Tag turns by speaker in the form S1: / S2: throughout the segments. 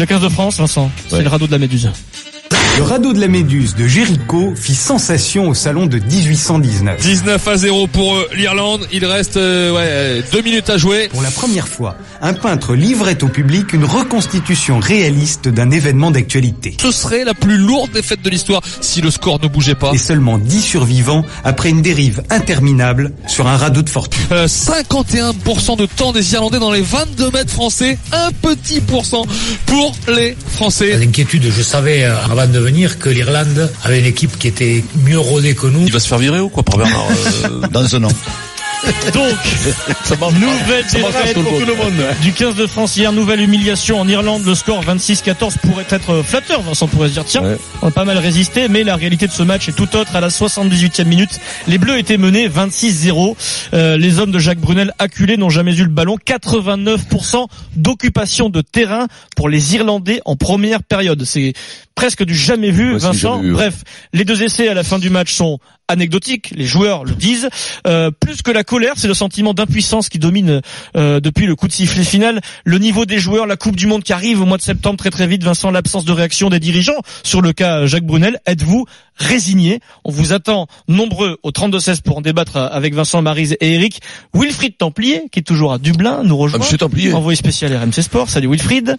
S1: Le 15 de France, Vincent, c'est
S2: Ouais.
S1: le radeau de la Méduse.
S3: Le radeau de la Méduse de Géricault fit sensation au salon de 1819.
S2: 19 à 0 pour euh, l'Irlande. Il reste euh, ouais, euh, deux minutes à jouer.
S3: Pour la première fois, un peintre livrait au public une reconstitution réaliste d'un événement d'actualité.
S2: Ce serait la plus lourde défaite de l'histoire si le score ne bougeait pas.
S3: Et seulement 10 survivants après une dérive interminable sur un radeau de fortune.
S2: Euh, 51% de temps des Irlandais dans les 22 mètres français, un petit pourcent pour les Français.
S4: L'inquiétude, je savais euh, avant de venir que l'Irlande avait une équipe qui était mieux rodée que nous.
S5: Il va se faire virer ou quoi par Bernard euh, dans un an
S1: Donc,
S5: Ça marche
S1: nouvelle
S5: Ça marche pas
S1: défaite
S5: sur le
S1: pour
S5: monde.
S1: tout le monde. Du 15 de France hier, nouvelle humiliation en Irlande. Le score 26-14 pourrait être euh, flatteur. Vincent pourrait se dire, tiens,
S5: Ouais.
S1: on a pas mal résisté, mais la réalité de ce match est tout autre. À la 78e minute, les Bleus étaient menés 26-0. Euh, les hommes de Jacques Brunel acculés n'ont jamais eu le ballon. 89% d'occupation de terrain pour les Irlandais en première période. C'est presque du jamais vu, hein.
S5: Ouais, c'est
S1: Vincent.
S5: jamais vu, ouais.
S1: Bref, les deux essais à la fin du match sont anecdotiques, les joueurs le disent. Euh, plus que la colère, c'est le sentiment d'impuissance qui domine euh, depuis le coup de sifflet final. Le niveau des joueurs, la Coupe du Monde qui arrive au mois de septembre très très vite, Vincent, l'absence de réaction des dirigeants sur le cas euh, Jacques Brunel, êtes-vous résigné On vous attend nombreux au 32-16 pour en débattre euh, avec Vincent, Marise et Eric. Wilfried Templier, qui est toujours à Dublin, nous
S5: Ah,
S1: rejoint.
S5: monsieur Templier.
S1: Envoyé spécial RMC Sport, salut Wilfried.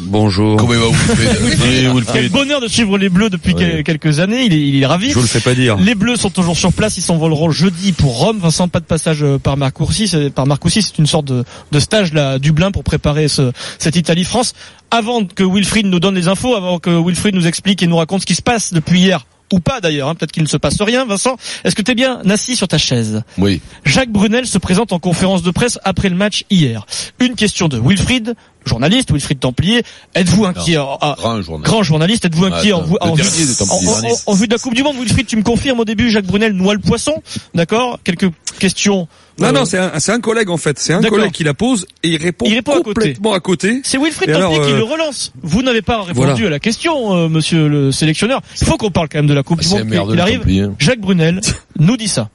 S6: Bonjour.
S5: Comment il va Wilfried
S1: Quel
S5: Wilfried
S1: bonheur de suivre les Bleus depuis
S6: Ah Oui.
S1: quel- quelques années, il est, il est ravi.
S6: Je vous le fais pas dire.
S1: Les Bleus sont toujours sur place, ils s'envoleront jeudi pour Rome. Vincent, pas de passage euh, par Marcoussis, c'est- par Marcoussis, c'est une sorte de, de stage là à Dublin pour préparer ce, cette Italie-France. Avant que Wilfried nous donne les infos, avant que Wilfried nous explique et nous raconte ce qui se passe depuis hier, ou pas d'ailleurs, hein, peut-être qu'il ne se passe rien, Vincent, est-ce que t'es bien assis sur ta chaise
S5: Oui.
S1: Jacques Brunel se présente en conférence de presse après le match hier. Une question de Wilfried, journaliste, Wilfried Templier, êtes-vous inquiet ah,
S6: Grand journal.
S1: Grand journaliste, êtes-vous inquiet en,
S5: Attends,
S1: vue-
S5: le
S1: en vue-
S5: dernier des temps,
S1: en- en-
S5: le dernier.
S1: en- en vue de la Coupe du Monde Wilfried, tu me confirmes au début, Jacques Brunel noie le poisson, d'accord Quelques questions. euh,
S6: Non, non, c'est un, c'est un collègue en fait. C'est un
S1: D'accord.
S6: collègue qui la pose et il répond,
S1: Il répond à côté.
S6: complètement à côté.
S1: c'est Wilfried
S6: Et
S1: Templier
S6: alors,
S1: qui
S6: euh,
S1: le relance. Vous n'avez pas répondu
S6: Voilà.
S1: à la question, euh, monsieur le sélectionneur. Il faut qu'on parle quand même de la Coupe du
S5: C'est
S1: Monde.
S5: un merde
S1: Il
S5: le
S1: arrive.
S5: Templier.
S1: Jacques Brunel nous dit ça.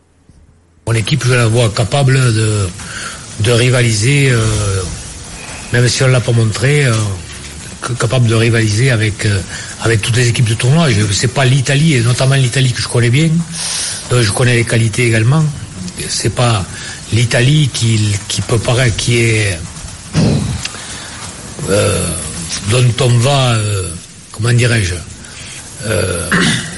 S4: Mon équipe, je la vois capable de, de rivaliser, euh, même si on l'a pas montré, euh, que- capable de rivaliser avec, euh, avec toutes les équipes de tournoi. Je sais pas l'Italie, et notamment l'Italie que je connais bien. Donc, je connais les qualités également. C'est pas l'Italie qui, qui peut paraître, qui est, euh, dont on va, euh, comment dirais-je, euh,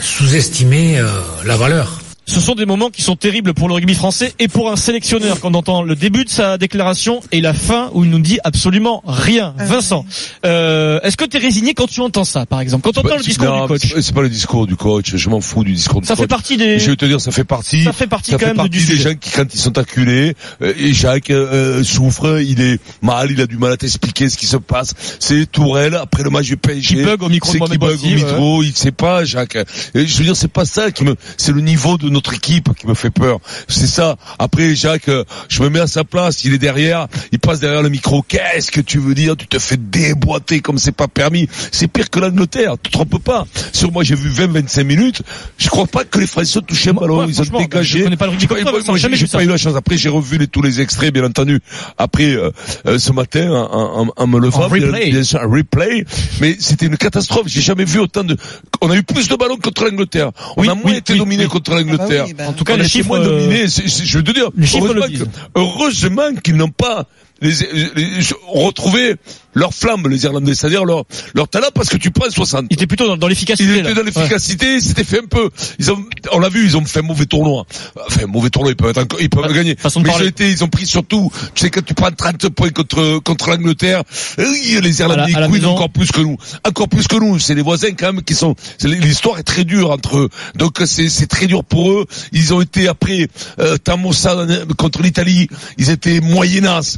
S4: sous-estimer euh, la valeur.
S1: Ce sont des moments qui sont terribles pour le rugby français et pour un sélectionneur quand on entend le début de sa déclaration et la fin où il nous dit absolument rien. Vincent, euh, est-ce que tu es résigné quand tu entends ça, par exemple Quand tu entends le discours
S5: Bah, Non,
S1: du coach
S5: C'est pas le discours du coach. Je m'en fous du discours du
S1: Ça
S5: coach.
S1: fait partie des...
S5: Je vais te dire, ça fait partie.
S1: Ça fait partie
S5: ça
S1: quand
S5: fait
S1: même
S5: partie
S1: du
S5: des
S1: sujet.
S5: gens qui, quand ils sont acculés, euh, et Jacques euh, souffre, il est mal, il a du mal à t'expliquer ce qui se passe. C'est Tourelle après le match du PSG.
S1: Qui bug au micro de
S5: c'est qui
S1: Mohamed
S5: bug
S1: Bouazizi,
S5: au micro, il sait pas, Jacques. Et je veux dire, c'est pas ça qui me, c'est le niveau de notre équipe qui me fait peur. C'est ça. Après, Jacques, euh, je me mets à sa place. Il est derrière, il passe derrière le micro. Qu'est-ce que tu veux dire Tu te fais déboîter comme c'est pas permis. C'est pire que l'Angleterre. Tu te trompes pas. Sur moi, j'ai vu 20-25 minutes. Je crois pas que les Français touchaient le ballon.
S1: moi,
S5: Ils
S1: franchement,
S5: ont dégagé.
S1: je connais pas le rugby
S5: J'ai
S1: comme toi,
S5: moi,
S1: Vincent,
S5: moi,
S1: jamais vu
S5: j'ai j'ai
S1: ça.
S5: pas eu la chance. Après, j'ai revu les- tous les extraits, bien entendu. Après, euh, euh, ce matin, en, en- en me levant,
S1: En replay.
S5: bien- bien sûr, un replay. Mais c'était une catastrophe. J'ai jamais vu autant de. On a eu plus de ballons contre l'Angleterre. On
S1: Oui,
S5: a moins
S1: oui,
S5: été
S1: oui,
S5: dominé
S1: oui.
S5: contre
S7: Ah bah oui,
S5: l'angleterre
S8: Ben,
S7: bah.
S1: En tout cas,
S5: on
S1: les
S5: a été
S1: chiffres...
S5: moins
S1: euh,
S5: dominés. C'est- c'est- je veux te dire,
S1: les chiffres
S5: heureusement
S1: le
S5: que-
S1: disent.
S5: heureusement qu'ils n'ont pas les, les- retrouvé leur flamme, les Irlandais, c'est-à-dire leur, leur talent, parce que tu prends 60.
S1: Il était plutôt dans, dans l'efficacité.
S5: Ils étaient
S1: là.
S5: dans l'efficacité, c'était fait un peu. Ils ont, on l'a vu, ils ont fait un mauvais tournoi. Enfin, mauvais tournoi, ils peuvent être encore- ils peuvent
S1: Fa-
S5: gagner.
S1: Bah, façon de
S5: Mais ils
S1: parler.
S5: ont été, ils ont pris surtout, tu sais, quand tu prends 30 points contre, contre l'Angleterre, oui, les
S1: À
S5: Irlandais,
S1: la- à la
S5: ils couinent
S1: maison.
S5: encore plus que nous. Encore plus que nous. C'est les voisins, quand même, qui sont, c'est- l'histoire est très dure entre eux. Donc, c'est, c'est très dur pour eux. Ils ont été après, euh, Tamosa euh, contre l'Italie. Ils étaient moyennas.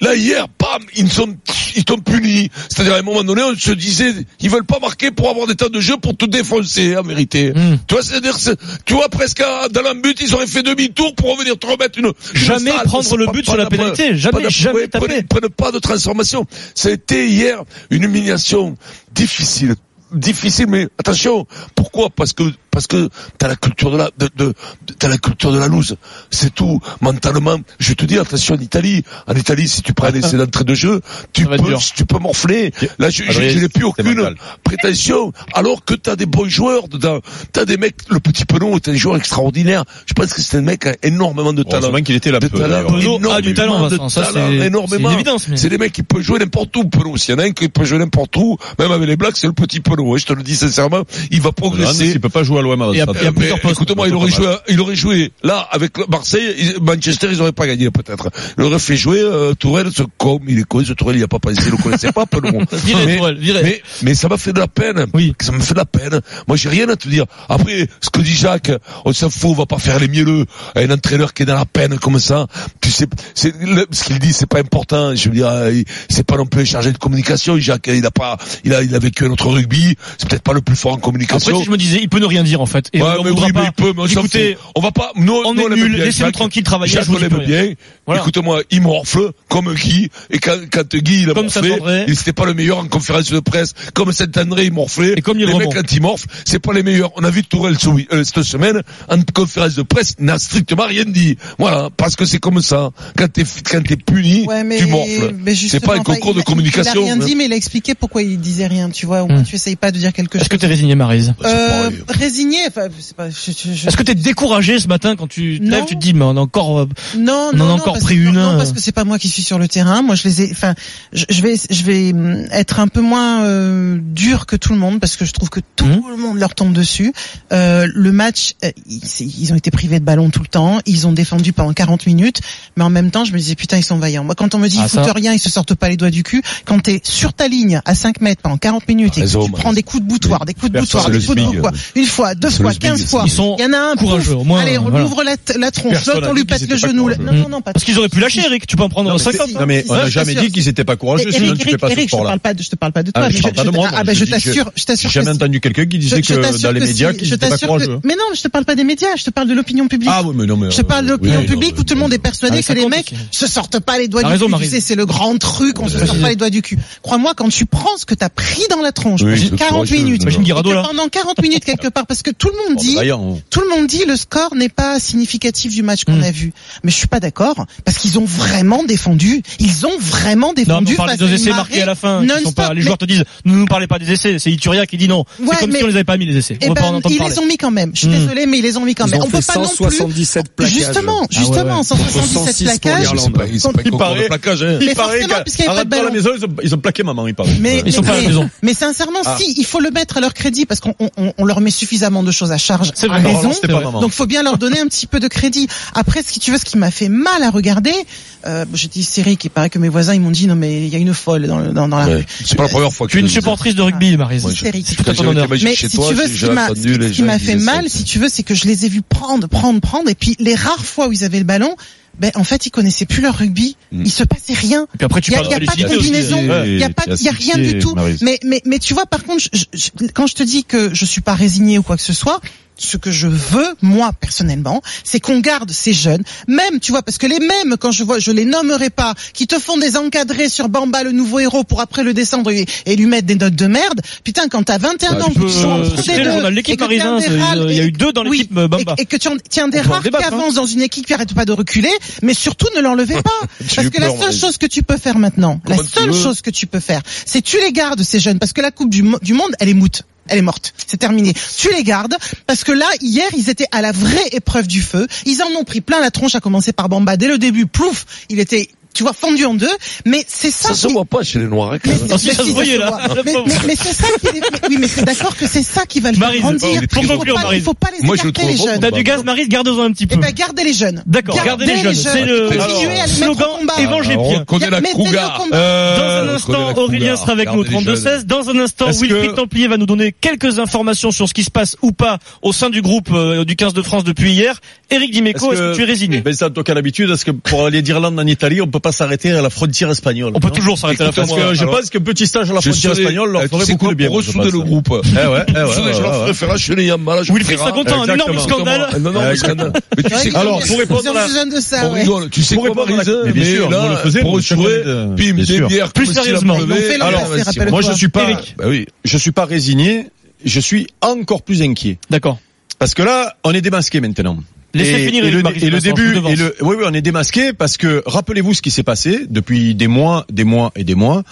S5: Là hier, bam, ils sont, ils t'ont puni. C'est-à-dire à un moment donné, on se disait, ils veulent pas marquer pour avoir des temps de jeu pour te défoncer, hein, en vérité.
S1: Mm.
S5: Tu vois, c'est-à-dire, c'est- tu vois presque à- dans l'embut, ils auraient fait demi-tour pour revenir te remettre une. une
S1: Jamais
S5: salle.
S1: prendre
S5: C'est
S1: le
S5: pas-
S1: but
S5: pas
S1: sur la
S5: d'après-
S1: pénalité. Jamais,
S5: pas d'après-
S1: jamais taper.
S5: Prenez, prenez pas de transformation. C'était hier une humiliation difficile. difficile, mais attention. Pourquoi Parce que parce que t'as la culture de la de, de- de- t'as la culture de la loose. C'est tout. Mentalement, je te dis attention en Italie. En Italie, si tu prends l'essai d'entrée de jeu, tu
S7: Ça va
S5: peux
S7: être dur.
S5: tu peux morfler. Là, je, je-
S7: Adrien,
S5: je n'ai plus
S7: c'est
S5: aucune
S7: mental.
S5: prétention. Alors que t'as des bons joueurs dedans. T'as des mecs. Le petit Penon est un joueur extraordinaire. Je pense que c'est un mec qui a énormément de talent.
S7: Heureusement qu'il était là.
S5: De
S7: peu,
S5: talent,
S7: d'ailleurs. Ah,
S1: Penaud a
S5: énormément
S1: du talent,
S5: de
S1: Vincent, ça,
S5: talent,
S1: c'est-
S5: énormément.
S1: c'est une évidence, mais-
S5: C'est des mecs qui peuvent jouer n'importe où, Penaud. S'il y en a un qui peut jouer n'importe où, même avec les Blacks, c'est le petit Penaud. hein, Je te le dis sincèrement, il va
S7: Hernandez,
S5: progresser.
S7: il peut pas jouer à l'OM. à
S1: Et
S7: ce
S1: après-
S7: stade.
S1: il y a plusieurs
S5: Mais
S1: postes.
S5: Écoute-moi, il aurait joué, il aurait joué là avec le Marseille, il- Manchester, ils auraient pas gagné peut-être. Il aurait fait jouer euh, Tourelle, ce con, il est con, ce Tourelle, il a pas pensé, il le connaissait pas, Penaud.
S1: Virez,
S5: Mais-
S1: Tourelle, virez.
S5: mais, mais ça m'a fait de la peine.
S1: Oui.
S5: Ça me fait de la peine. Moi, j'ai rien à te dire. Après, ce que dit Jacques, on s'en fout, on va pas faire les mielleux. Un entraîneur qui est dans la peine comme ça, tu sais, c'est, le- ce qu'il dit, c'est pas important. Je veux dire, euh, il- c'est pas non plus chargé de communication. Jacques, il a pas, il a, il a vécu un autre rugby. C'est peut-être pas le plus fort en communication.
S1: Après, si je me disais, il peut ne rien dire en fait. Et
S5: Ouais,
S1: on
S5: mais
S1: voudra
S5: oui,
S1: pas.
S5: mais il peut, mais on s'en
S1: Écoutez,
S5: fout. On va pas, nous,
S1: on
S5: nous,
S1: est
S5: l'aime
S1: nul,
S5: bien,
S1: laissez-le
S5: Jacques.
S1: tranquille travailler,
S5: Jacques,
S1: je vous
S5: on
S1: dis
S5: l'aime
S1: plus rien.
S5: bien.
S1: Voilà.
S5: Écoute-moi, il morfle, comme Guy, et quand, quand Guy, il a
S1: Comme
S5: morflé,
S1: Saint-André.
S5: il n'était pas le meilleur en conférence de presse, comme Saint-André, il morflait.
S1: Et comme il
S5: les
S1: remonte.
S5: mecs, quand ils morflent, c'est pas les meilleurs. On a vu Tourelle ce week- euh, cette semaine, en conférence de presse, il n'a strictement rien dit. Voilà. Parce que c'est comme ça. Quand t'es, quand t'es puni,
S8: Ouais, mais,
S5: tu morfles.
S8: mais
S5: C'est
S8: justement,
S5: pas un
S8: enfin,
S5: concours
S8: il a-
S5: de communication.
S8: Il a rien
S5: hein.
S8: dit, mais il a expliqué pourquoi il disait rien, tu vois. Au moins,
S1: Hmm.
S8: tu essayes pas de dire quelque
S1: Est-ce
S8: chose.
S1: que t'es résigné, Marise
S5: Bah,
S8: Euh,
S5: C'est
S8: résigné, enfin, c'est pas, je- je- je-
S1: Est-ce que t'es découragé ce matin quand tu te
S8: Non.
S1: lèves, tu te dis, mais on a encore, euh,
S8: non,
S1: On
S8: non,
S1: en a
S8: non,
S1: encore
S8: parce,
S1: pris
S8: non,
S1: une,
S8: non,
S1: hein.
S8: parce que c'est pas moi qui suis sur le terrain. Moi, je les ai, enfin, je, je vais, je vais hum, être un peu moins euh, dur que tout le monde parce que je trouve que tout
S1: Hmm.
S8: le monde leur tombe dessus. Euh, le match, euh, ils, c'est- ils ont été privés de ballon tout le temps. Ils ont défendu pendant 40 minutes, mais en même temps, je me disais putain, ils sont vaillants. Moi, quand on me dit
S1: Ah,
S8: ils foutent
S1: ça.
S8: rien, ils se sortent pas les doigts du cul. Quand t'es sur ta ligne à 5 mètres pendant 40 minutes et que
S5: Raison,
S8: tu prends des coups de boutoir, des coups de
S7: personne,
S8: boutoir,
S7: c'est
S8: des
S7: le
S8: coups de
S7: SMIG.
S8: boutoir, une fois, deux
S5: C'est le
S8: fois,
S5: SMIG,
S8: 15
S5: c'est-
S8: fois.
S1: ils sont
S8: Il y en a un pouf,
S1: courageux, au moins.
S8: Allez, on
S1: voilà.
S8: ouvre la, t- la tronche,
S7: Personne
S8: l'autre on
S7: n'a
S8: lui
S7: dit
S8: pète
S7: qu'ils
S8: le
S7: étaient pas
S8: genou. là. Non,
S7: courageux.
S8: non, non, pas
S1: parce qu'ils auraient pu lâcher, Eric, tu peux en prendre
S8: Non, mais
S1: 50.
S8: si.
S7: Non mais on n'a
S8: Ouais,
S7: jamais
S8: c'est
S7: dit
S8: sûr.
S7: qu'ils étaient pas courageux,
S8: Eric,
S7: sinon tu
S8: Eric,
S7: fais pas ce
S8: Eric, je te
S7: sport-là.
S8: parle pas, de- je te parle pas de
S7: Ah,
S8: toi,
S7: mais
S8: mais
S7: je
S8: je,
S7: parle pas de
S8: je-
S7: moi, moi,
S8: ah bah
S7: je
S8: je
S7: dis que-
S8: t'assure, je
S7: J'ai
S8: t'assure.
S7: jamais
S8: que si-
S7: entendu quelqu'un qui
S8: je-
S7: disait
S8: je
S7: que
S8: t'assure
S7: dans les
S8: que
S7: médias
S8: si,
S7: qu'ils
S8: je
S7: étaient pas
S8: t'assure que-
S7: courageux.
S8: Mais non, je te parle pas des médias, je te parle de l'opinion publique.
S7: Ah oui mais non mais
S8: Je
S7: euh,
S8: parle de l'opinion
S7: oui, non,
S8: publique
S7: mais-
S8: où tout le monde est persuadé
S1: Ah, ça
S8: que les
S1: compte,
S8: mecs
S1: ok.
S8: se sortent pas les doigts
S1: T'as
S8: du
S1: raison,
S8: cul.
S1: Marie.
S8: Tu sais, c'est le grand truc, on se
S5: Ouais.
S8: sort pas les doigts du cul. Crois-moi, quand tu prends ce que t'as pris dans la tronche,
S5: Oui,
S8: pendant
S5: c'est
S8: 40
S5: courageux,
S8: minutes,
S5: non.
S1: Imagine
S8: et
S1: Guirado,
S8: que
S1: là.
S8: pendant 40 minutes quelque part, parce que tout le monde
S7: Bon,
S8: dit,
S7: vaillant, on-
S8: tout le monde dit le score n'est pas significatif du match qu'on
S1: Mm.
S8: a vu. Mais je suis pas d'accord parce qu'ils ont vraiment défendu. Ils ont vraiment
S1: Non, mais
S8: défendu
S1: on parle
S8: face
S1: des deux
S8: à
S1: essais
S8: une
S1: marqués à la
S8: marée
S1: fin. qui sont
S8: non-stop,
S1: pas, les
S8: mais-
S1: joueurs te disent, ne nous parlez pas des essais. C'est Ituria qui dit non.
S8: Ouais,
S1: c'est comme
S8: mais-
S1: si on les avait pas mis les essais.
S8: Eh
S1: on va pas
S8: ben,
S1: en entendre
S8: ils
S1: parler.
S8: les ont mis quand même. Je suis
S1: Mm.
S8: désolé, mais ils les ont mis quand
S6: Ils
S8: même.
S6: ont
S8: On
S6: fait
S8: peut pas non plus.
S6: 177 plaquages.
S8: Justement,
S1: Ah ouais, ouais.
S8: justement,
S6: Contre
S8: 177
S6: 106
S8: plaquages.
S6: pour
S5: pas- c'est pas un
S8: Il
S5: concours de
S7: paraît-
S5: plaquage, hein.
S8: Mais
S7: Il paraît
S8: forcément, puisqu'il y
S7: qu'en
S8: avait pas de
S7: rentrant à la
S8: ballon.
S7: maison, ils ont, ils ont plaqué maman, il paraît.
S8: Mais,
S1: Ils sont pas à la
S8: mais-
S1: maison.
S8: mais sincèrement, si, il faut le mettre à leur crédit parce qu'on on- on- on leur met suffisamment de choses à charge.
S1: C'est
S8: à
S1: vrai.
S8: raison.
S1: Pardon,
S7: c'était pas maman.
S8: Donc faut bien leur donner un petit peu de crédit. Après, ce qui tu veux, ce qui m'a fait mal à regarder, euh, j'étais série qui paraît que mes voisins ils m'ont dit non mais il y a une folle dans, le- dans, dans la
S5: Ouais.
S8: rue.
S5: C'est pas la première fois que
S1: Tu es une
S5: je le dis.
S1: supportrice
S8: Ah,
S1: de rugby, Marise.
S8: Ouais, je- Hystérique.
S1: C'est tout à
S5: Quand
S1: ton
S5: j'avais
S1: honneur.
S5: été magique
S8: Mais
S5: chez
S8: si
S5: toi,
S8: tu veux,
S5: j'ai
S8: ce qui m'a,
S5: entendu
S8: ce qui-
S5: les
S8: ce qui
S5: gens
S8: m'a
S5: qui
S8: fait
S5: disaient ça.
S8: mal, si tu veux, c'est que je les ai vus prendre, prendre, prendre, et puis les rares fois où ils avaient le ballon, ben en fait ils connaissaient plus leur rugby,
S7: Mm.
S8: il se passait rien.
S1: Et puis après, tu
S8: Y a-
S1: parles
S8: y a
S1: de
S8: pas de
S1: lucidité aussi.
S8: combinaison.
S1: Ouais.
S8: Il y a pas, il y a rien du tout. Mais, mais, mais tu vois, par contre, je- je- je- quand je te dis que je suis pas résigné ou quoi que ce soit, ce que je veux, moi personnellement, c'est qu'on garde ces jeunes, même, tu vois, parce que les mêmes, quand je vois, je les nommerai pas, qui te font des encadrés sur Bamba, le nouveau héros, pour après le descendre et, et lui mettre des notes de merde. Putain, quand t'as 21
S1: Ah,
S8: ans,
S1: tu
S8: que
S1: peux
S8: tu joues en
S1: euh,
S8: Pro
S1: citer le
S8: D2,
S1: journal de
S8: et
S1: l'équipe
S8: que t'es
S1: Marise.
S8: un des rares,
S1: Il y a
S8: et-
S1: eu deux dans
S8: oui,
S1: l'équipe euh, Bamba.
S8: et, et que tu en, tiens des
S1: On peut en
S8: rares qui
S1: débattre, hein.
S8: avancent dans une équipe qui arrête pas de reculer, mais surtout ne l'enlevez pas.
S5: J'ai eu
S8: parce que la
S5: peur,
S8: seule
S5: Marie.
S8: chose que tu peux faire maintenant, la
S5: Comment tu
S8: seule
S5: veux
S8: chose que tu peux faire, c'est tu les gardes ces jeunes, parce que la Coupe du, Mo- du Monde, elle est moute. Elle est morte, c'est terminé. Tu les gardes parce que là hier ils étaient à la vraie épreuve du feu. Ils en ont pris plein la tronche, à commencer par Bamba dès le début. Plouf, il était, tu vois, fendu en deux. Mais c'est ça.
S5: Ça se
S8: qui-
S5: voit pas chez les Noirs. hein, quand
S8: mais
S5: même.
S8: c'est-
S1: Ah, si,
S8: mais
S1: ça se
S8: si,
S1: voyait, là.
S8: voit. Mais, mais- mais c'est ça qui les... Oui, mais c'est d'accord que c'est ça qui va le faire
S1: Marise, oh,
S8: grandir.
S1: il est très
S8: Il faut
S1: concluant,
S8: pas-
S1: Marise.
S8: il faut pas les
S5: Moi, je le
S8: écarter, les
S5: trouve bon.
S8: jeunes.
S1: T'as du gaz, Marise, garde-en un petit
S8: Eh
S1: peu.
S8: ben, gardez les jeunes.
S1: D'accord, gardez les jeunes. C'est le
S8: Continuez à les mettre au
S1: slogan
S8: combat.
S5: Alors,
S1: évangélien.
S5: on connaît la
S8: Mais mettez-le
S5: Kruger.
S8: au combat.
S1: Dans
S5: Euh,
S1: un
S5: on connaît
S1: instant,
S5: la
S1: Aurélien
S5: Kruger.
S1: sera avec nous
S5: Regardez
S1: au
S5: les jeunes.
S1: 32-16. Dans un instant,
S5: Est-ce
S1: Wilfried
S5: que-
S1: Templier va nous donner quelques informations sur ce qui se passe ou pas au sein du groupe euh, du 15 de France depuis hier. Eric Dimeco, est-ce que tu es résigné
S7: Ben ça, toi qu'à l'habitude, est-ce que pour aller d'Irlande en Italie, on peut pas pas s'arrêter à la frontière espagnole.
S1: On peut
S7: non
S1: toujours s'arrêter à la
S7: Parce que
S1: frontière.
S7: je
S1: Alors-
S7: pense qu'un petit stage à la
S5: Je
S7: frontière
S5: serai-
S7: espagnole
S5: euh,
S7: leur
S5: tu
S7: ferait
S5: sais
S7: beaucoup
S5: quoi,
S7: de bien.
S5: pour
S7: je
S5: ressouder pense. le groupe.
S7: Eh ouais, eh ouais,
S5: Je
S7: ouais,
S5: leur
S7: ouais,
S5: ferai
S7: ouais.
S5: faire enchaîner Yamala. je
S1: Wilfried
S5: ferai-
S1: serait content, un énorme
S7: Exactement.
S1: scandale.
S5: Non, non, mais
S7: Exactement.
S5: scandale. Mais tu sais
S7: Alors,
S5: quoi,
S7: pour répondre
S8: à la... de
S1: Ah
S8: ça,
S5: on
S8: ouais.
S5: rigole. Tu sais
S7: Pour
S5: quoi,
S7: répondre à la-
S5: Marise
S7: Mais bien
S5: Mais
S7: sûr, nous
S5: là,
S7: le faisions,
S5: pour
S7: nous, chacun
S5: jouer,
S7: de-
S5: bim,
S7: Bien
S5: des
S7: sûr.
S5: bières.
S1: Plus
S5: comme s'il a
S1: sérieusement.
S5: pleuvé.
S8: Ils l'ont fait, l'ont
S5: Alors,
S8: fait,
S5: vas-y,
S8: rappelle-toi.
S5: Moi, je suis pas.
S1: Eric.
S5: Bah oui.
S9: Je suis pas résigné, je suis encore plus inquiet.
S1: D'accord.
S9: Parce que là, on est démasqué maintenant.
S1: Laissez finir
S9: et
S1: Eric
S9: le,
S1: Marie,
S9: et le
S1: Sébastien, je
S9: début,
S1: vous devance.
S9: et le, oui, oui, on est démasqué parce que rappelez-vous ce qui s'est passé depuis des mois, des mois et des mois.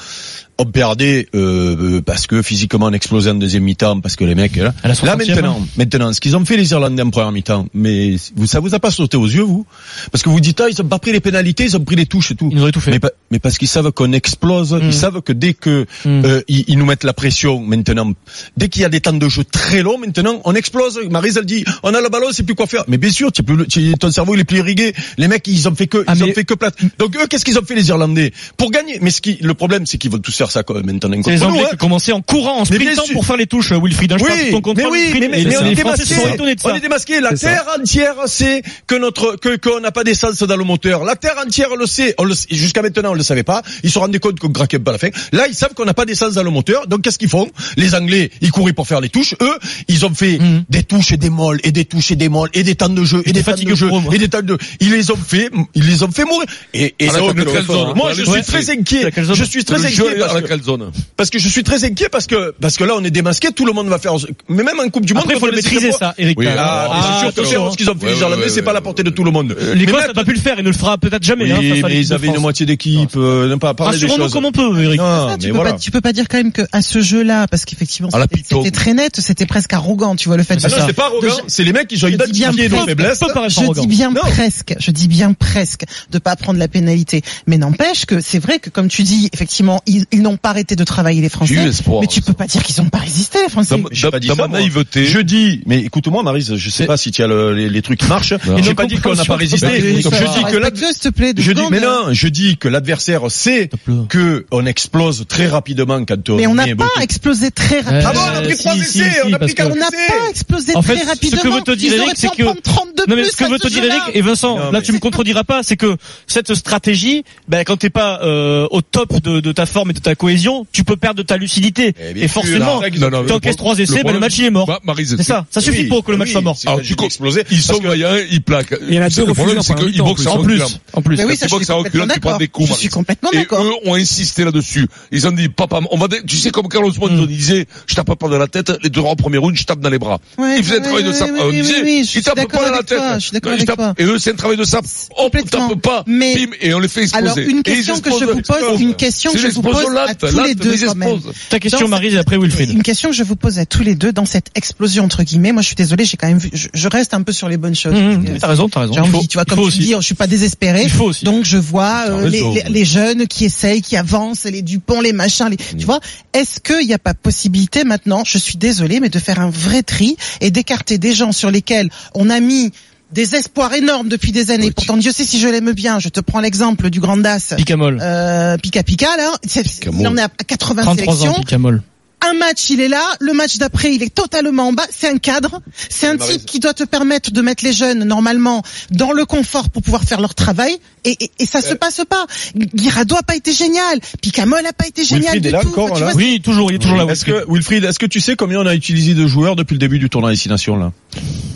S9: On perdait euh, euh, parce que physiquement on explosait en deuxième mi-temps parce que les mecs euh, là.
S1: À la hein.
S9: Là
S1: 60e,
S9: maintenant, maintenant, ce qu'ils ont fait les Irlandais en première mi-temps, mais vous ça vous a pas sauté aux yeux vous Parce que vous dites ah ils ont pas pris les pénalités, ils ont pris les touches et tout.
S1: Ils nous auraient tout fait.
S9: Mais, pa- mais parce qu'ils savent qu'on explose, ils savent que dès que
S1: Mm.
S9: euh, ils, ils nous mettent la pression maintenant, dès qu'il y a des temps de jeu très longs maintenant, on explose. Marise elle dit, on a le ballon, c'est plus quoi faire. Mais bien sûr, tu peux, tu, ton cerveau il est plus irrigué. Les mecs ils ont fait que,
S1: Ah,
S9: ils ont
S1: mais-
S9: fait que plat. Donc eux qu'est-ce qu'ils ont fait les Irlandais pour gagner Mais ce qui, le problème c'est qu'ils vont tous faire ça quoi, maintenant.
S1: C'est les
S9: contre nous,
S1: Anglais
S9: hein.
S1: qui commençaient en courant, en
S9: Mais bien
S1: sprintant
S9: sûr.
S1: pour faire les touches, Wilfried. hein, Je parle sous ton
S9: Oui,
S1: contrôle,
S9: mais oui,
S1: Wilfried.
S9: mais, mais
S1: Et
S9: on est
S1: les Français
S9: démasqué.
S1: sont étonnés de
S9: On
S1: ça.
S9: est démasqué. La terre entière sait que notre que qu'on n'a pas d'essence dans le moteur. La terre entière le sait. On le sait- jusqu'à maintenant on le savait pas. Ils se rendaient compte qu'on craquait pas à la fin. Là ils savent qu'on n'a pas d'essence dans le moteur. Donc qu'est-ce qu'ils font Les Anglais ils couraient pour faire les touches. Eux ils ont fait
S1: Mhm.
S9: des touches et des molles et des touches et des molles et des temps de jeu et des temps
S1: fatigué
S9: de jeu
S1: pro, moi.
S9: et des temps de. Ils les ont fait ils les ont fait mourir. Et, et
S5: Arrête
S9: ça,
S5: avec le calzone.
S9: moi je
S1: Ouais.
S9: suis très inquiet.
S1: Le calzone.
S9: Je suis
S5: Le
S9: très
S5: jeu
S9: inquiet
S5: est
S9: parce
S5: à la
S9: que-
S5: calzone.
S9: parce que je suis très inquiet parce que parce que là on est démasqué, tout le monde va faire mais même en Coupe du monde
S1: Après, il faut
S9: quand
S1: le
S9: on est
S1: maîtriser,
S9: six mois-
S1: ça, Eric.
S5: Oui,
S1: T'as-
S9: Ah,
S5: Ah,
S9: c'est sûr que
S5: attention,
S9: c'est ce qu'ils ont fait
S5: ouais,
S9: les
S5: ouais,
S9: Irlandais,
S5: ouais,
S9: c'est pas à la
S5: ouais,
S9: portée de
S5: ouais.
S9: tout le monde.
S1: L'Écosse n'a pas pu le faire et ne le fera peut-être jamais. hein, face à l'équipe de France.
S9: moitié d'équipe, euh, n'aime pas
S7: Ah,
S9: parler
S1: Rassurons-nous comme on peut, Eric.
S9: Non,
S8: Ah, tu,
S9: mais
S8: peux
S9: voilà.
S8: pas, tu peux pas dire quand même que à ce jeu-là, parce qu'effectivement
S5: À la
S8: c'était
S5: Pitot.
S8: c'était très net, c'était presque arrogant, tu vois le fait.
S9: Ah
S8: de-
S9: non, c'est pas arrogant,
S8: de-
S9: c'est les mecs qui ont
S8: Je dis bien
S9: identifié nos
S8: propre,
S9: faiblesses.
S1: peut paraître
S8: Je
S1: arrogant.
S8: dis bien
S9: Non.
S8: presque, je dis bien presque de pas prendre la pénalité. Mais n'empêche que c'est vrai que comme tu dis, effectivement, ils, ils n'ont pas arrêté de travailler les
S5: J'ai eu
S8: Français.
S5: espoir.
S8: Mais tu peux pas dire qu'ils n'ont pas résisté les Français.
S5: Dans
S9: J'ai pas
S5: dans-
S9: dit
S5: dans
S9: ça,
S5: ma
S9: moi.
S5: naïveté.
S9: Je dis, mais écoute-moi, Marise, je sais pas si tu as le- les, les trucs qui marchent.
S5: Non.
S9: Je J'ai pas dit qu'on n'a pas résisté. Je dis que là,
S8: Respecte-le, s'il te plaît, de
S9: je dis,
S8: Gand,
S9: mais
S8: hein.
S9: non, je dis que l'adversaire sait que on explose très rapidement quand on
S8: Mais on
S9: est
S8: n'a
S9: beau-
S8: pas explosé très
S1: Euh,
S8: rapidement.
S9: Oh, Ah bon, on a pris
S1: si,
S9: trois
S1: si,
S9: essais,
S1: si,
S9: on
S1: parce
S9: a pris
S1: que-
S9: quatre
S8: On n'a
S9: essais.
S8: pas explosé
S1: En fait,
S8: très
S1: ce
S8: rapidement.
S1: que veut te dire
S8: Ils auraient
S1: Eric, c'est
S8: pu en
S1: que-
S8: prendre 32
S1: Non mais
S8: plus
S1: ce que
S8: à
S1: veut te dire
S8: jeu-là.
S1: Eric et Vincent,
S9: Non,
S1: là
S9: mais-
S1: tu me contrediras pas, c'est que cette stratégie, ben quand t'es pas euh, au top de, de ta forme et de ta cohésion, tu peux perdre de ta lucidité
S9: Eh bien
S1: et
S9: sûr,
S1: forcément,
S9: la
S1: tu
S9: règle, non, non, mais le
S1: encaisses
S5: pro-
S1: trois essais, ben
S5: le
S1: le
S5: problème-
S1: match il est mort.
S5: Bah, Maryse,
S1: C'est ça, ça suffit
S9: Oui,
S1: pas pour que le match
S9: oui,
S1: soit mort.
S9: c'est-
S5: Alors,
S9: J'ai
S5: du coup,
S9: explosé.
S5: ils sont
S9: Parce que-
S5: moyens, ils plaquent.
S6: Il y en a deux
S5: Le problème,
S6: refusés
S5: c'est
S6: en première
S5: qu'ils
S6: mi-temps,
S5: boxent
S6: en
S5: en hein.
S6: plus.
S5: reculant.
S1: En plus,
S8: Mais oui, ça,
S5: C'est bon
S8: je
S5: que
S8: suis
S5: ça recule,
S1: hein,
S8: complètement
S5: tu prends
S8: d'accord.
S5: des coups,
S8: Je suis
S5: Maryse.
S8: complètement
S5: Et
S8: d'accord.
S5: eux ont insisté là-dessus. Ils ont dit, papa, on va, dé- tu sais, comme Carlos
S8: Hmm.
S5: Monzon disait, je tape pas dans la tête, les deux rangs premiers rounds, je tape dans les bras.
S8: Ouais,
S5: Ils faisaient un
S8: ouais,
S5: travail de
S8: ouais,
S5: sape.
S8: ouais,
S5: On
S8: oui,
S5: disait,
S8: oui, oui, je suis
S5: ils tapent
S8: d'accord
S5: pas dans la
S8: avec
S5: tête.
S8: toi, je suis d'accord
S5: Ils
S8: avec
S5: tapent-
S8: toi.
S5: Et eux, c'est un travail de sape. On
S8: Complètement.
S5: tape pas.
S8: Mais-
S5: bim, et on les fait exploser.
S8: Alors, une
S5: Et ils
S8: question que je
S5: explosent,
S8: vous pose,
S5: explosent.
S8: une question
S5: C'est
S8: que je
S5: les
S8: vous pose
S5: explosions
S8: à
S5: lentes,
S8: tous les
S5: lentes,
S8: deux,
S5: les
S8: quand même.
S5: explosent.
S1: ta question
S8: Dans
S1: Marise et après Wilfried.
S8: Une question que je vous pose à tous les deux dans cette explosion entre guillemets. Moi, je suis désolée, j'ai quand même vu. Je, je reste un peu sur les bonnes choses.
S1: Mmh,
S8: J'ai-
S1: T'as raison, t'as raison.
S8: J'ai
S1: Il
S8: envie,
S1: faut-
S8: tu vois,
S1: il
S8: comme
S1: faut
S8: tu
S1: aussi.
S8: dis, je suis pas désespérée.
S1: Il faut aussi.
S8: Donc je vois euh,
S5: raison,
S8: les, les-
S5: ouais.
S8: les jeunes qui essayent, qui avancent, les Dupont, les machins, les,
S1: Mm.
S8: tu vois. Est-ce qu'il n'y a pas possibilité maintenant, je suis désolée, mais de faire un vrai tri et d'écarter des gens sur lesquels on a mis des espoirs énormes depuis des années. Pourtant, Dieu sait si je l'aime bien. Je te prends l'exemple du grand As.
S1: Picamol.
S8: Euh, Pika Pika, là, c'est- il en est à 80
S1: 33 ans
S8: sélections.
S1: Picamol.
S8: Un match, il est là. Le match d'après, il est totalement en bas. C'est un cadre. C'est un type qui doit te permettre de mettre les jeunes, normalement, dans le confort pour pouvoir faire leur travail. Et, et, et ça
S5: Euh.
S8: se passe pas. Guirado a pas été génial. Picamol a pas été génial
S9: Wilfried
S8: du
S9: est là
S8: tout.
S9: encore,
S8: Tu
S9: là
S8: vois,
S1: Oui, toujours, il est toujours là.
S9: Est-ce
S1: Wilfried.
S9: que Wilfried, est-ce que tu sais combien on a utilisé de joueurs depuis le début du tournoi destination là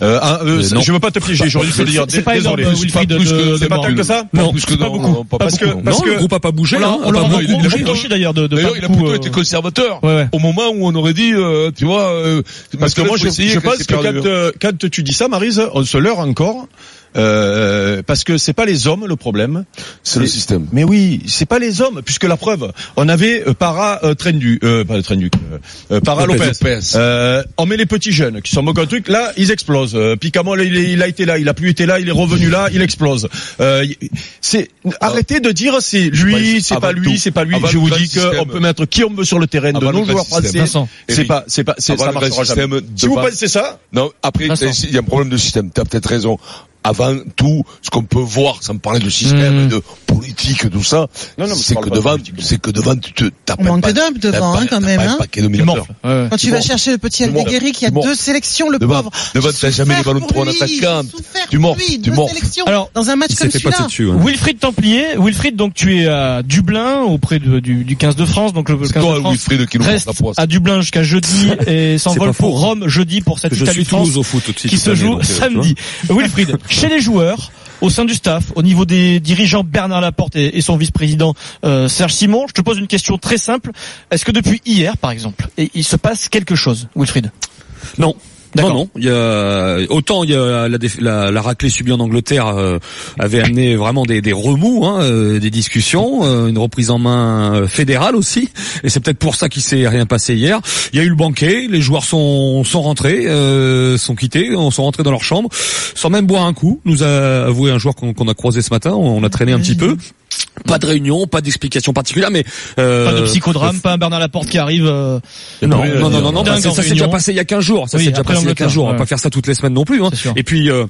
S9: euh, hein, euh,
S5: Euh, non.
S9: Je veux pas te piéger, j'aurais dû te le dire.
S1: C'est pas
S9: Désolé.
S1: énorme, Wilfried,
S9: Pas
S1: de-
S9: plus
S1: de-
S9: que-
S1: de
S9: C'est pas tant
S1: Morgan.
S9: que ça.
S1: Non,
S5: plus que
S1: pas
S5: non,
S1: beaucoup.
S5: non, pas
S9: Parce que
S5: beaucoup, non.
S9: parce
S6: non,
S9: que
S6: le groupe a pas bougé.
S1: On
S6: hein,
S1: leur-
S6: a
S1: on leur
S6: pas
S1: a
S6: bougé.
S1: beaucoup reproché d'ailleurs de, de
S5: D'ailleurs,
S1: pas
S5: il a
S1: beaucoup,
S5: plutôt
S1: euh,
S5: été conservateur.
S1: Ouais, ouais.
S5: Au moment où on aurait dit, euh, tu vois, euh,
S9: parce que
S5: Mathieu,
S9: moi
S5: faut
S9: je,
S5: essayer
S9: je pense
S5: c'est
S9: que
S5: perdu. hein.
S9: quand, euh, quand tu dis ça, Marise, on se leurre encore. Euh, parce que c'est pas les hommes le problème.
S5: C'est le système.
S9: Mais oui, c'est pas les hommes, puisque la preuve, on avait euh, Para euh, Trendu, euh, pas Trendu, euh, euh, Para
S5: Lopez,
S9: Lopez.
S5: Lopez.
S9: Euh, on met les petits jeunes qui sont moqués un truc, là ils explosent. Euh, Picamol, il, est- il a été là, il a plus été là, il est revenu là, il explose. Euh, y- c'est
S5: Ah.
S9: arrêtez de dire c'est lui, c'est
S5: avant
S9: pas
S5: tout.
S9: lui, c'est pas lui.
S5: Avant
S9: Je
S5: ah bah, le
S9: vous
S5: grand
S9: dis qu'on
S5: système.
S9: peut mettre qui on veut sur le terrain de
S5: Avant le
S9: nos
S5: grand
S9: joueurs
S5: système.
S9: français.
S1: Vincent.
S9: C'est
S5: Eric.
S9: pas, c'est pas, c'est-
S5: Avant
S9: ça
S5: le grand
S9: marchera jamais.
S5: système de
S9: Si vous
S5: base.
S9: pensez ça,
S5: Non, après,
S1: Vincent.
S5: il y a un problème de système. T'as peut-être raison. avant tout ce qu'on peut voir, sans parler de système,
S1: Mhm.
S5: de politique, tout ça,
S9: Non, non, mais
S5: c'est
S9: on parle
S5: que
S9: pas de
S5: devant,
S9: politique.
S5: c'est que devant, tu te tapes
S8: On manque de dump devant, hein, quand même, hein.
S5: un paquet de mineurs.
S1: euh,
S8: Quand tu vas
S5: mords.
S8: chercher le petit
S5: Tu mords.
S8: Aldeguerri qui a
S5: Tu mords.
S8: deux sélections, le
S5: Devant,
S8: pauvre.
S5: devant, t'as jamais les ballons de
S8: pour
S5: trois en
S8: lui,
S5: attaquant.
S8: souffert
S5: Tu
S8: pour
S5: mords,
S8: lui,
S5: tu
S8: deux
S5: mords.
S8: sélections
S1: Alors,
S8: dans un match
S6: Il
S8: comme
S6: s'est fait passer
S8: celui-là.
S6: dessus. hein.
S1: Wilfried Templier, Wilfried donc tu es à Dublin auprès de- du, du 15 de France, donc le 15
S5: C'est
S1: de
S5: toi,
S1: France
S5: Wilfried, qui nous prend
S1: reste
S5: la poisse.
S1: à Dublin jusqu'à jeudi et s'envole
S6: pas faux,
S1: pour
S6: hein.
S1: Rome jeudi pour cette
S6: Je suis
S1: Italie-France
S6: Toulouse au foot aussi.
S1: Ah, qui
S6: cette
S1: se
S6: année,
S1: joue
S6: donc, euh, tu vois.
S1: samedi. Wilfried, chez les joueurs, au sein du staff, au niveau des dirigeants Bernard Laporte et, et son vice-président euh, Serge Simon, je te pose une question très simple. Est-ce que depuis hier, par exemple, et- il se passe quelque chose, Wilfried
S6: Non.
S1: D'accord.
S6: Non, non. Il y a autant il y a la, déf- la, la raclée subie en Angleterre euh, avait amené vraiment des, des remous, hein, euh, des discussions, euh, une reprise en main euh, fédérale aussi. Et c'est peut-être pour ça qu'il s'est rien passé hier. Il y a eu le banquet, les joueurs sont sont rentrés, euh, sont quittés, on sont rentrés dans leur chambre sans même boire un coup. Nous a avoué un joueur qu'on qu'on a croisé ce matin. On a traîné un petit peu. Pas de réunion, pas d'explication particulière, mais euh,
S1: Pas de psychodrame, pas un Bernard Laporte qui arrive. euh,
S6: non,
S5: rien à
S6: non, non,
S5: dire.
S6: non, non,
S1: Dingue
S6: parce que
S1: en
S6: ça s'est
S1: réunion.
S6: déjà passé il y a 15 jours. Ça
S1: Oui,
S6: s'est déjà
S1: après
S6: passé il y a 15 jours. On va
S1: l'Angleterre,
S6: pas faire ça toutes les semaines non plus. Hein.
S1: C'est sûr.
S6: Et puis. euh,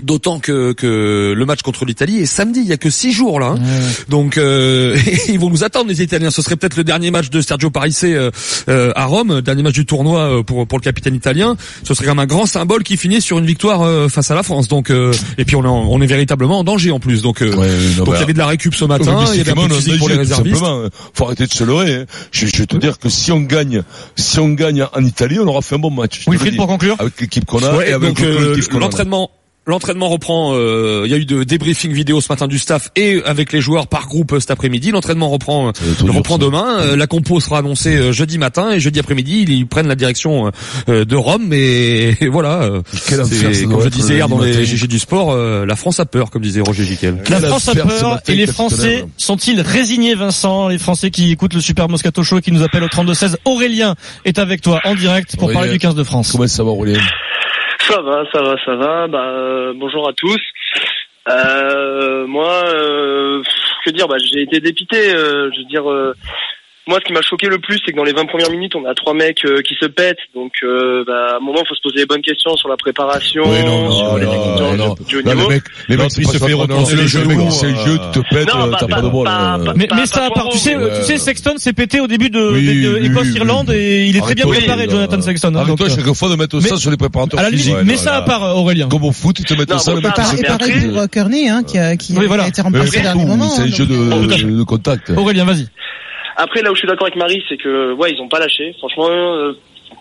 S6: D'autant que, que le match contre l'Italie est samedi, il y a que six jours là. hein. Donc euh, ils vont nous attendre les Italiens. Ce serait peut-être le dernier match de Sergio Parisse euh, euh, à Rome, dernier match du tournoi euh, pour pour le capitaine italien. Ce serait quand même un grand symbole qui finit sur une victoire euh, face à la France. Donc euh, et puis on est en- on est véritablement en danger en plus. Donc euh,
S5: Ouais, non,
S6: donc il y
S5: bah,
S6: avait de la récup ce matin,
S5: Oui, mais
S6: il y avait un
S5: c'est
S6: peu de
S5: Clément,
S6: physique
S5: on
S6: pour les
S5: a dit, tout
S6: réservistes.
S5: simplement, hein. Faut arrêter de se leurrer. hein. Je, je vais te dire que si on gagne, si on gagne en Italie, on aura fait un bon match. je te le
S1: Wilfried,
S5: dis.
S1: pour conclure.
S5: Avec l'équipe qu'on a
S6: Ouais,
S5: Ah, et avec
S6: donc,
S5: le
S6: euh,
S5: collectif qu'on a.
S6: l'entraînement l'entraînement reprend euh, il y a eu de débriefing vidéo ce matin du staff et avec les joueurs par groupe euh, cet après-midi l'entraînement reprend euh,
S5: va être dur,
S6: reprend
S5: ça.
S6: demain Euh, la compo sera annoncée euh, jeudi matin et jeudi après-midi ils, ils prennent la direction euh, euh, de Rome et, et voilà euh,
S5: Quel
S6: c'est-
S5: enfer, ça doit
S6: comme je
S5: être euh,
S6: disais
S5: le
S6: hier dans les
S5: matin.
S6: GG du sport euh, la France a peur comme disait Roger Giquel
S1: La
S5: Quelle
S1: France a
S5: affaire, ce
S1: peur
S5: matin,
S1: et les
S5: exceptionnel.
S1: Français sont-ils résignés, Vincent Les Français qui écoutent le Super Moscato Show et qui nous appellent au 32-16. Aurélien est avec toi en direct pour
S5: Aurélien.
S1: parler du 15 de France.
S5: Comment ça va, Aurélien
S10: Ça va, ça va, ça va. Bah, euh, bonjour à tous. Euh, moi, euh, pff, que dire bah, J'ai été dépité. euh, je veux dire, euh, moi, ce qui m'a choqué le plus, c'est que dans les 20 premières minutes, on a trois mecs euh, qui se pètent. Donc, euh, bah, à un moment, faut se poser les bonnes questions sur la préparation,
S5: Oui, non,
S10: sur
S5: non,
S10: les exigences
S5: non, non.
S10: du haut
S5: Non,
S10: niveau.
S5: les mecs, les
S9: Non,
S5: mecs,
S9: il
S5: c'est
S9: se
S5: pas
S9: fait
S5: ça,
S9: relancer
S5: c'est
S9: le
S5: le
S9: jeu,
S5: jeu, mec,
S9: euh,
S5: c'est le jeu, tu te pètes,
S10: Non,
S5: euh,
S10: pas-
S5: t'as
S10: pas-
S5: pas de bol.
S10: pas-
S5: euh.
S10: pas-
S1: Mais, mais
S10: pas
S1: ça, par,
S10: trop, euh,
S1: tu sais,
S5: ouais.
S1: tu sais, Sexton s'est pété au début de,
S5: Oui,
S1: de- de-
S5: oui, oui,
S1: Écosse-Irlande
S5: oui.
S1: et il est très bien
S5: Arrête-toi,
S1: préparé,
S5: oui,
S1: Jonathan
S5: là.
S1: Sexton. hein,
S5: Arrêtez-toi
S1: donc, euh,
S5: chaque fois de mettre
S1: mais-
S5: ça sur les préparateurs
S1: à la
S5: physiques.
S1: limite, mais ça à part, euh, Aurélien.
S5: Comme au foot, ils te mettent
S10: Non,
S5: ça,
S10: mais
S5: le mec,
S10: pas-
S5: c'est
S8: Et pareil pour euh, Kearney, hein, qui a, qui
S1: Oui,
S8: a
S1: voilà.
S8: été
S5: Mais
S8: remplacé au
S5: Euh, c'est
S8: dernier
S5: tout,
S8: moment.
S5: c'est un
S8: hein,
S5: jeu
S8: donc,
S1: tout à
S5: de
S1: fait.
S5: de contact.
S1: Aurélien, vas-y.
S10: Après, là où je suis d'accord avec Marie, c'est que ouais, ils ont pas lâché. Franchement, euh,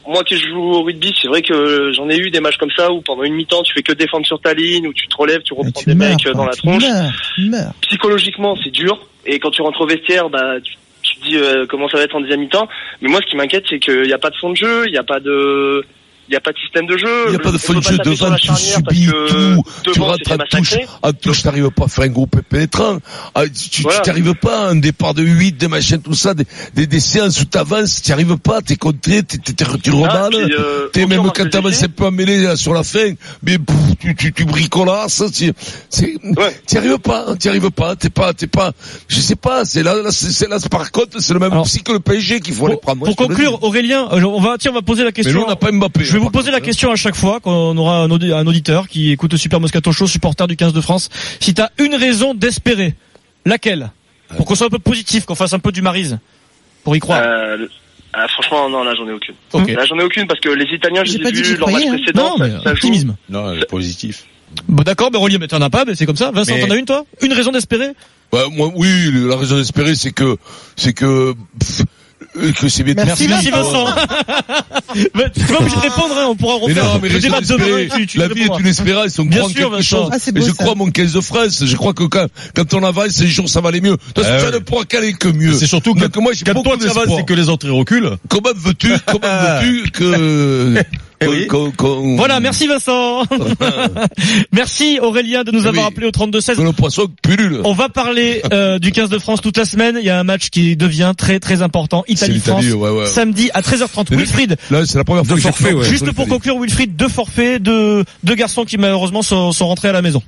S10: moi qui joue au rugby, c'est vrai que j'en ai eu des matchs comme ça où pendant une mi-temps, tu fais que défendre sur ta ligne, où tu te relèves, tu
S8: Mais
S10: reprends
S8: tu
S10: des
S8: meurs,
S10: mecs euh, dans
S5: hein.
S8: quoi,
S10: la
S8: tu
S10: tronche.
S8: meurs, tu meurs.
S10: psychologiquement c'est dur et quand tu rentres au vestiaire bah tu, tu te dis euh, comment ça va être en deuxième mi-temps mais moi ce qui m'inquiète c'est qu'il n'y a pas de fond de jeu il n'y a pas de il n'y a pas de système de jeu
S5: Il n'y a pas de
S10: On
S5: fond
S10: peut
S5: de jeu
S10: taper sur la
S5: devant, tu
S10: charnière parce
S5: subis
S10: que
S5: tout, tu
S10: devant,
S5: rentres
S10: c'était
S5: à touche,
S10: massacré.
S5: à touche, t'arrives pas à faire un groupe pénétrant, Ah, tu- tu
S10: Voilà.
S5: tu t'arrives pas, à un départ de 8, des machins, tout ça, des, des, des séances où t'avances, t'y arrives pas, t'es contré, t'es, t'es, t'es, tu
S10: Ah, puis,
S5: remballes,
S10: euh,
S5: t'es
S10: aucun
S5: même bah,
S10: marque
S5: quand
S10: de
S5: t'avances
S10: blessé.
S5: un peu emmêlé là, euh, sur la fin, mais pff, tu, tu, tu bricolasses, tu, c'est,
S10: Ouais.
S5: t'y arrives pas, hein, t'y arrives pas, t'es pas, t'es pas, je sais pas, c'est là, là, c'est, c'est là, par contre, c'est le même
S1: Alors,
S5: psy que le PSG qu'il faut
S1: Pour,
S5: aller
S1: pour
S5: prendre. moi, je te le dis.
S1: conclure, Aurélien, euh, on va, tiens, on va poser la
S5: mais
S1: question.
S5: nous, on n'a pas Mbappé.
S1: Je vais vous
S5: par
S1: poser la
S5: contre.
S1: question à chaque fois qu'on aura un, audi- un auditeur qui écoute le Super Moscato Show, supporter du 15 de France. Si t'as une raison d'espérer, laquelle Pour qu'on soit un peu positif, qu'on fasse un peu du marise, pour y croire.
S10: Euh, ah, franchement non là j'en ai aucune
S1: Ok.
S10: là j'en ai aucune parce que les Italiens je
S8: J'ai
S10: les
S8: pas
S10: ai
S8: dit
S10: vus
S8: que j'y
S10: leur match
S8: croyais, hein.
S10: précédent
S1: non, mais
S10: ça joue
S1: optimisme.
S9: Non, positif.
S1: Bon, d'accord, mais Aurélien, mais t'en as pas, mais c'est comme ça. Vincent,
S9: Mais-
S1: t'en as une, toi Une raison d'espérer
S5: Bah, moi, oui, le- la raison d'espérer, c'est que, c'est que, pff, euh, que c'est bien.
S8: Merci,
S1: Merci
S8: Vincent.
S1: Vincent. Bah, tu vas obligé de répondre, hein, on pourra
S5: Mais
S1: refaire.
S5: non, mais
S1: le
S5: raison
S1: débat de demain,
S5: d'espérer,
S1: tu, tu
S5: la vie est
S1: répondras.
S5: une espérance, on
S1: Bien
S5: croit en
S1: sûr,
S5: quelque
S1: Vincent.
S5: chose.
S8: Ah, c'est
S5: et
S8: beau,
S5: je
S8: ça.
S5: crois à mon 15 de France, je crois que quand, quand on avance, ces jours, ça va aller mieux. Toi,
S9: Ah
S5: ça
S9: oui.
S5: ne pourra qu'aller que mieux.
S9: C'est surtout que
S5: Donc moi, j'ai
S9: quand
S5: beaucoup
S9: toi ça va,
S5: d'espoir.
S9: c'est que les autres ils reculent.
S5: Comment veux-tu, comment veux-tu que,
S9: Eh oui.
S5: qu'on- qu'on-
S1: Voilà, merci Vincent. merci Aurélien de nous
S5: Oui.
S1: avoir appelé au 32 16.
S5: que le poisson pullule.
S1: On va parler euh, du 15 de France toute la semaine. Il y a un match qui devient très très important.
S5: C'est
S1: Italie-France.
S5: l'Italie, ouais, ouais.
S1: Samedi à 13h30.
S5: Mais-
S1: Wilfried,
S5: Là, c'est la première fois que j'ai
S6: forfait,
S5: peur
S6: ouais.
S5: sur
S1: juste pour
S5: l'Italie.
S1: conclure, Wilfried, deux forfaits, deux, deux garçons qui malheureusement sont, sont rentrés à la maison.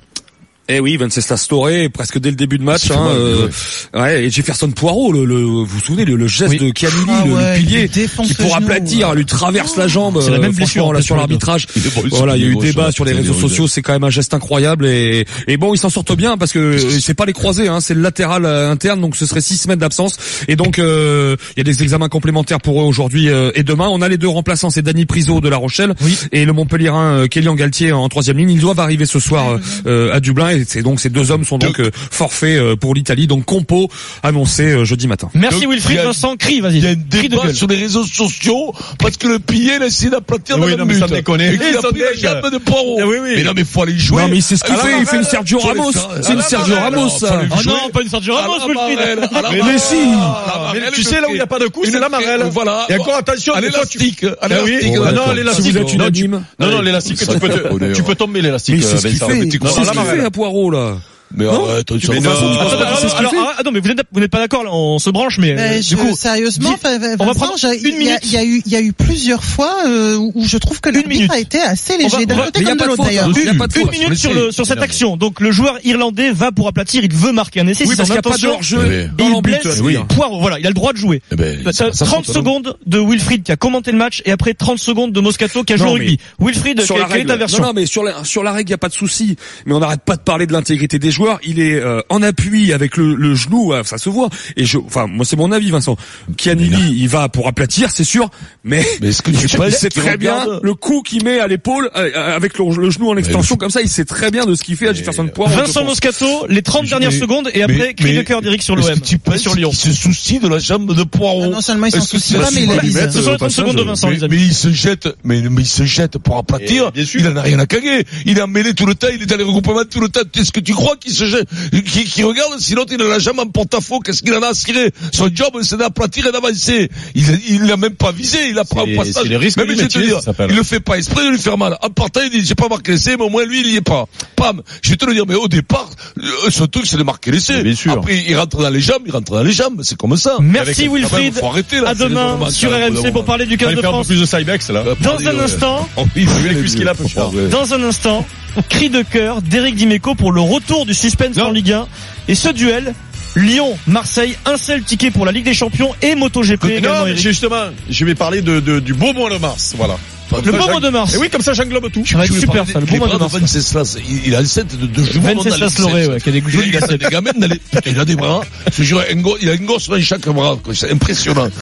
S6: Eh oui, Venceslas Toré, presque dès le début de match. Hein, euh, ouais, et Jefferson Poirot, le, le- vous vous souvenez, le, le geste de Camille,
S8: Ah
S6: le, le
S8: ouais, il lui
S6: pilier,
S8: défonce
S6: qui
S8: le
S6: pour
S8: genou,
S6: aplatir,
S8: ouais.
S6: lui traverse la jambe.
S1: C'est la
S6: euh,
S1: même
S6: franchement,
S1: blessure,
S6: là,
S1: en
S6: sur
S1: fait,
S6: l'arbitrage.
S5: Il est bon, il
S6: Voilà, il y a eu
S5: s'est mis
S6: débat
S5: gauche,
S6: sur les
S5: il s'est
S6: réseaux
S5: mis gauche.
S6: sociaux, c'est quand même un geste incroyable. Et, et bon, il s'en sortent bien parce que c'est pas les croisés, hein, c'est le latéral euh, interne, donc ce serait six semaines d'absence. Et donc, euh, il y a des examens complémentaires pour eux aujourd'hui euh, et demain. On a les deux remplaçants, c'est Dany Priso de La Rochelle et le Montpellierin euh, Kélian Galtier en troisième ligne. Ils doivent arriver ce soir euh, euh, à Dublin et c'est donc ces deux hommes sont donc euh, forfaits euh, pour l'Italie. Donc compo annoncé euh, jeudi matin.
S1: Merci
S5: Donc,
S1: Wilfried
S5: il y a-
S1: Vincent, crie,
S5: Il y a un
S1: vas-y. Crie de
S5: débat
S1: gueule.
S5: sur les réseaux sociaux parce que le pilier il a essayé d'aplatir dans
S9: Oui,
S5: la
S9: non,
S5: même
S9: mais
S5: lutte.
S9: sans déconner.
S5: Et qu'il
S9: Et
S5: a
S9: sans
S5: pris la
S9: déconner.
S5: jambe de poids
S9: Eh oui, oui.
S5: Mais non, mais faut aller jouer.
S6: Non, mais c'est ce qu'il
S5: À la
S6: fait, il fait une
S5: Marelle.
S6: Sergio
S5: Faut aller
S6: Ramos.
S5: faire-
S6: C'est
S5: à
S6: une
S5: la
S6: Sergio
S5: Marelle,
S6: Ramos,
S5: alors,
S6: ça.
S5: faut aller
S1: Oh
S5: jouer.
S1: non, pas une sorte de
S5: À la
S1: Ramos, Wilfried. Ah
S5: Marelle, à la
S1: Mais
S5: Marelle.
S1: si.
S5: À la
S9: Ah, Mais
S5: Marelle,
S9: ah, tu
S5: je
S9: sais, là où
S5: fais.
S9: il n'y a pas de coup,
S5: Une
S9: c'est la
S5: clé,
S9: marelle.
S5: Voilà.
S9: Et encore, attention,
S5: À
S9: des fois, tu-
S5: l'élastique. À
S9: Ah oui,
S5: l'élastique.
S9: non,
S5: ouais,
S9: non,
S5: d'accord.
S9: l'élastique.
S6: Si vous
S9: Non,
S6: êtes unanime.
S9: tu- Non, non, l'élastique, tu peux,
S5: connais,
S9: te- tu
S5: ouais.
S9: peux tomber l'élastique.
S6: Euh, Mais c'est ce qu'il
S9: Vincent.
S6: fait.
S9: Mais tu
S6: C'est
S9: comprends
S6: ce
S9: la
S6: qu'il fait
S9: marelle.
S6: à Poirot là.
S5: Mais
S6: Non.
S5: arrête, tu
S9: Mais
S5: vas pas
S9: non.
S5: faire
S1: Attends,
S5: ça.
S1: attends,
S6: c'est ce qu'il
S1: alors,
S6: fait.
S1: ah, non, mais vous n'êtes vous n'êtes pas d'accord, là, on se branche, mais euh,
S8: Mais
S1: du
S8: Ben, je-
S1: coup,
S8: sérieusement,
S1: dis-
S8: enfin,
S1: on va
S8: Vincent,
S1: prendre
S8: j'ai-
S1: une
S8: il y a-
S1: minute.
S8: Il y, a eu, il y a eu plusieurs fois euh, où où je trouve que
S1: minute.
S8: l'arbitre a été assez
S1: On va-
S8: léger d'un
S1: on va-
S8: côté
S6: mais il y a
S8: comme de
S6: pas de
S8: l'autre
S6: faute,
S8: d'ailleurs.
S6: hein. Il y a pas de
S1: une
S6: faute.
S1: minute sur, le, sur cette action. Donc le joueur irlandais va pour aplatir, il veut marquer un essai,
S6: Oui,
S1: c'est
S6: parce
S1: son
S6: qu'il n'y a pas de
S1: intention.
S5: Oui.
S6: hors-jeu
S1: Et
S6: dans
S1: il
S6: l'embute.
S1: blesse Poirot, voilà, il a le droit de jouer.
S5: Eh ben,
S1: Bah, ça-
S5: ça,
S1: 30
S5: ça, ça,
S1: secondes de Wilfried qui a commenté le match et après 30 secondes de Moscato qui a joué
S6: Non,
S1: au rugby. Wilfried,
S6: sur
S1: quelle
S6: la
S1: quelle est
S6: règle.
S1: ta version
S6: Non, non, mais sur la, sur la règle, il n'y a pas de souci. Mais on n'arrête pas de parler de l'intégrité des joueurs. Il est euh, en appui avec le, le genou, euh, ça se voit. Et je, enfin, moi c'est mon avis, Vincent. Kianili, il va pour aplatir, c'est sûr. Mais,
S5: Mais est-ce que tu
S6: il
S5: penses
S6: sait
S5: qu'il
S6: très bien
S5: regarde
S6: le coup qu'il met à l'épaule euh, euh, avec le, le genou en extension comme ça. Il sait très bien de ce qu'il fait à Jefferson
S5: euh,
S6: Poirot. je
S1: Vincent
S6: pense.
S1: Moscato, les 30 dernières
S5: mais-
S1: secondes et après
S5: mais-
S1: cri de
S5: mais-
S1: cœur d'Eric sur
S5: Est-ce
S1: l'OM.
S5: que tu penses
S1: Sur Lyon.
S5: qu'il se soucie de la jambe de Poirot
S8: Ah non seulement il s'en
S5: Est-ce que
S8: soucie
S5: tu
S8: pas,
S5: vas
S8: Ah, mais il
S5: lui
S8: avise.
S5: mettre-
S1: Ce sont les 30 secondes de Vincent,
S5: mais,
S1: les amis.
S5: mais il se jette, mais, mais il se jette pour aplatir.
S9: Et bien sûr.
S5: il en a rien à caguer. Il est mêlé tout le temps, il est dans les regroupements tout le temps. Est-ce que tu crois qu'il se jette, qu'il qu'il regarde si l'autre il en a jamais en porte-à-faux, qu'est-ce qu'il en a à cirer Son job c'est d'aplatir et d'avancer. Il il l'a même pas visé, il apprend
S9: C'est-
S5: au passage.
S9: c'est les risques
S5: Même
S9: du
S5: je vais te
S9: métier,
S5: dire,
S9: ça s'appelle.
S5: il le fait pas exprès de lui faire mal. En partant il dit j'ai pas marqué l'essai, mais au moins lui il y est pas. Pam, je vais te le dire, mais au départ, le- son truc c'est de marquer l'essai.
S9: Mais bien sûr.
S5: Après il rentre dans les jambes, il rentre dans les jambes, c'est comme ça.
S1: Merci
S5: Avec- Ah ben,
S1: Wilfried.
S5: faut arrêter, là,
S1: À
S5: c'est
S1: demain
S5: raisonnable,
S1: sur
S5: quand même, au bout
S1: RMC
S5: d'un
S1: pour
S5: moment.
S1: parler du
S9: Ah, Il
S1: quart de
S9: faire un peu
S1: France.
S9: plus de Cybex, là.
S5: Bah,
S1: Dans un instant,
S5: euh, oh, Il
S9: Vu les cuisses qu'il a, peu cher.
S1: Dans un instant, cri de cœur d'Éric Dimeco pour le retour du suspense en Ligue 1 et ce duel Lyon, Marseille, un seul ticket pour la Ligue des Champions et MotoGP également.
S9: Non, mais
S1: Eric.
S9: justement, je vais parler de, de- du beau mois de mars, voilà.
S1: Le beau mois de mars.
S9: Et oui, comme ça, j'englobe tout.
S1: Ça va être super ça, le beau mois de mars.
S5: Venceslas, il, il a le set de deux jumeaux.
S1: Venceslas Loré, ouais, qui a des
S5: Il
S1: jolies
S5: a
S1: gazettes.
S5: des gamins dans les- Putain, il a des bras. Je te jure, un go- il a une gosse dans chaque bras. quoi. C'est impressionnant.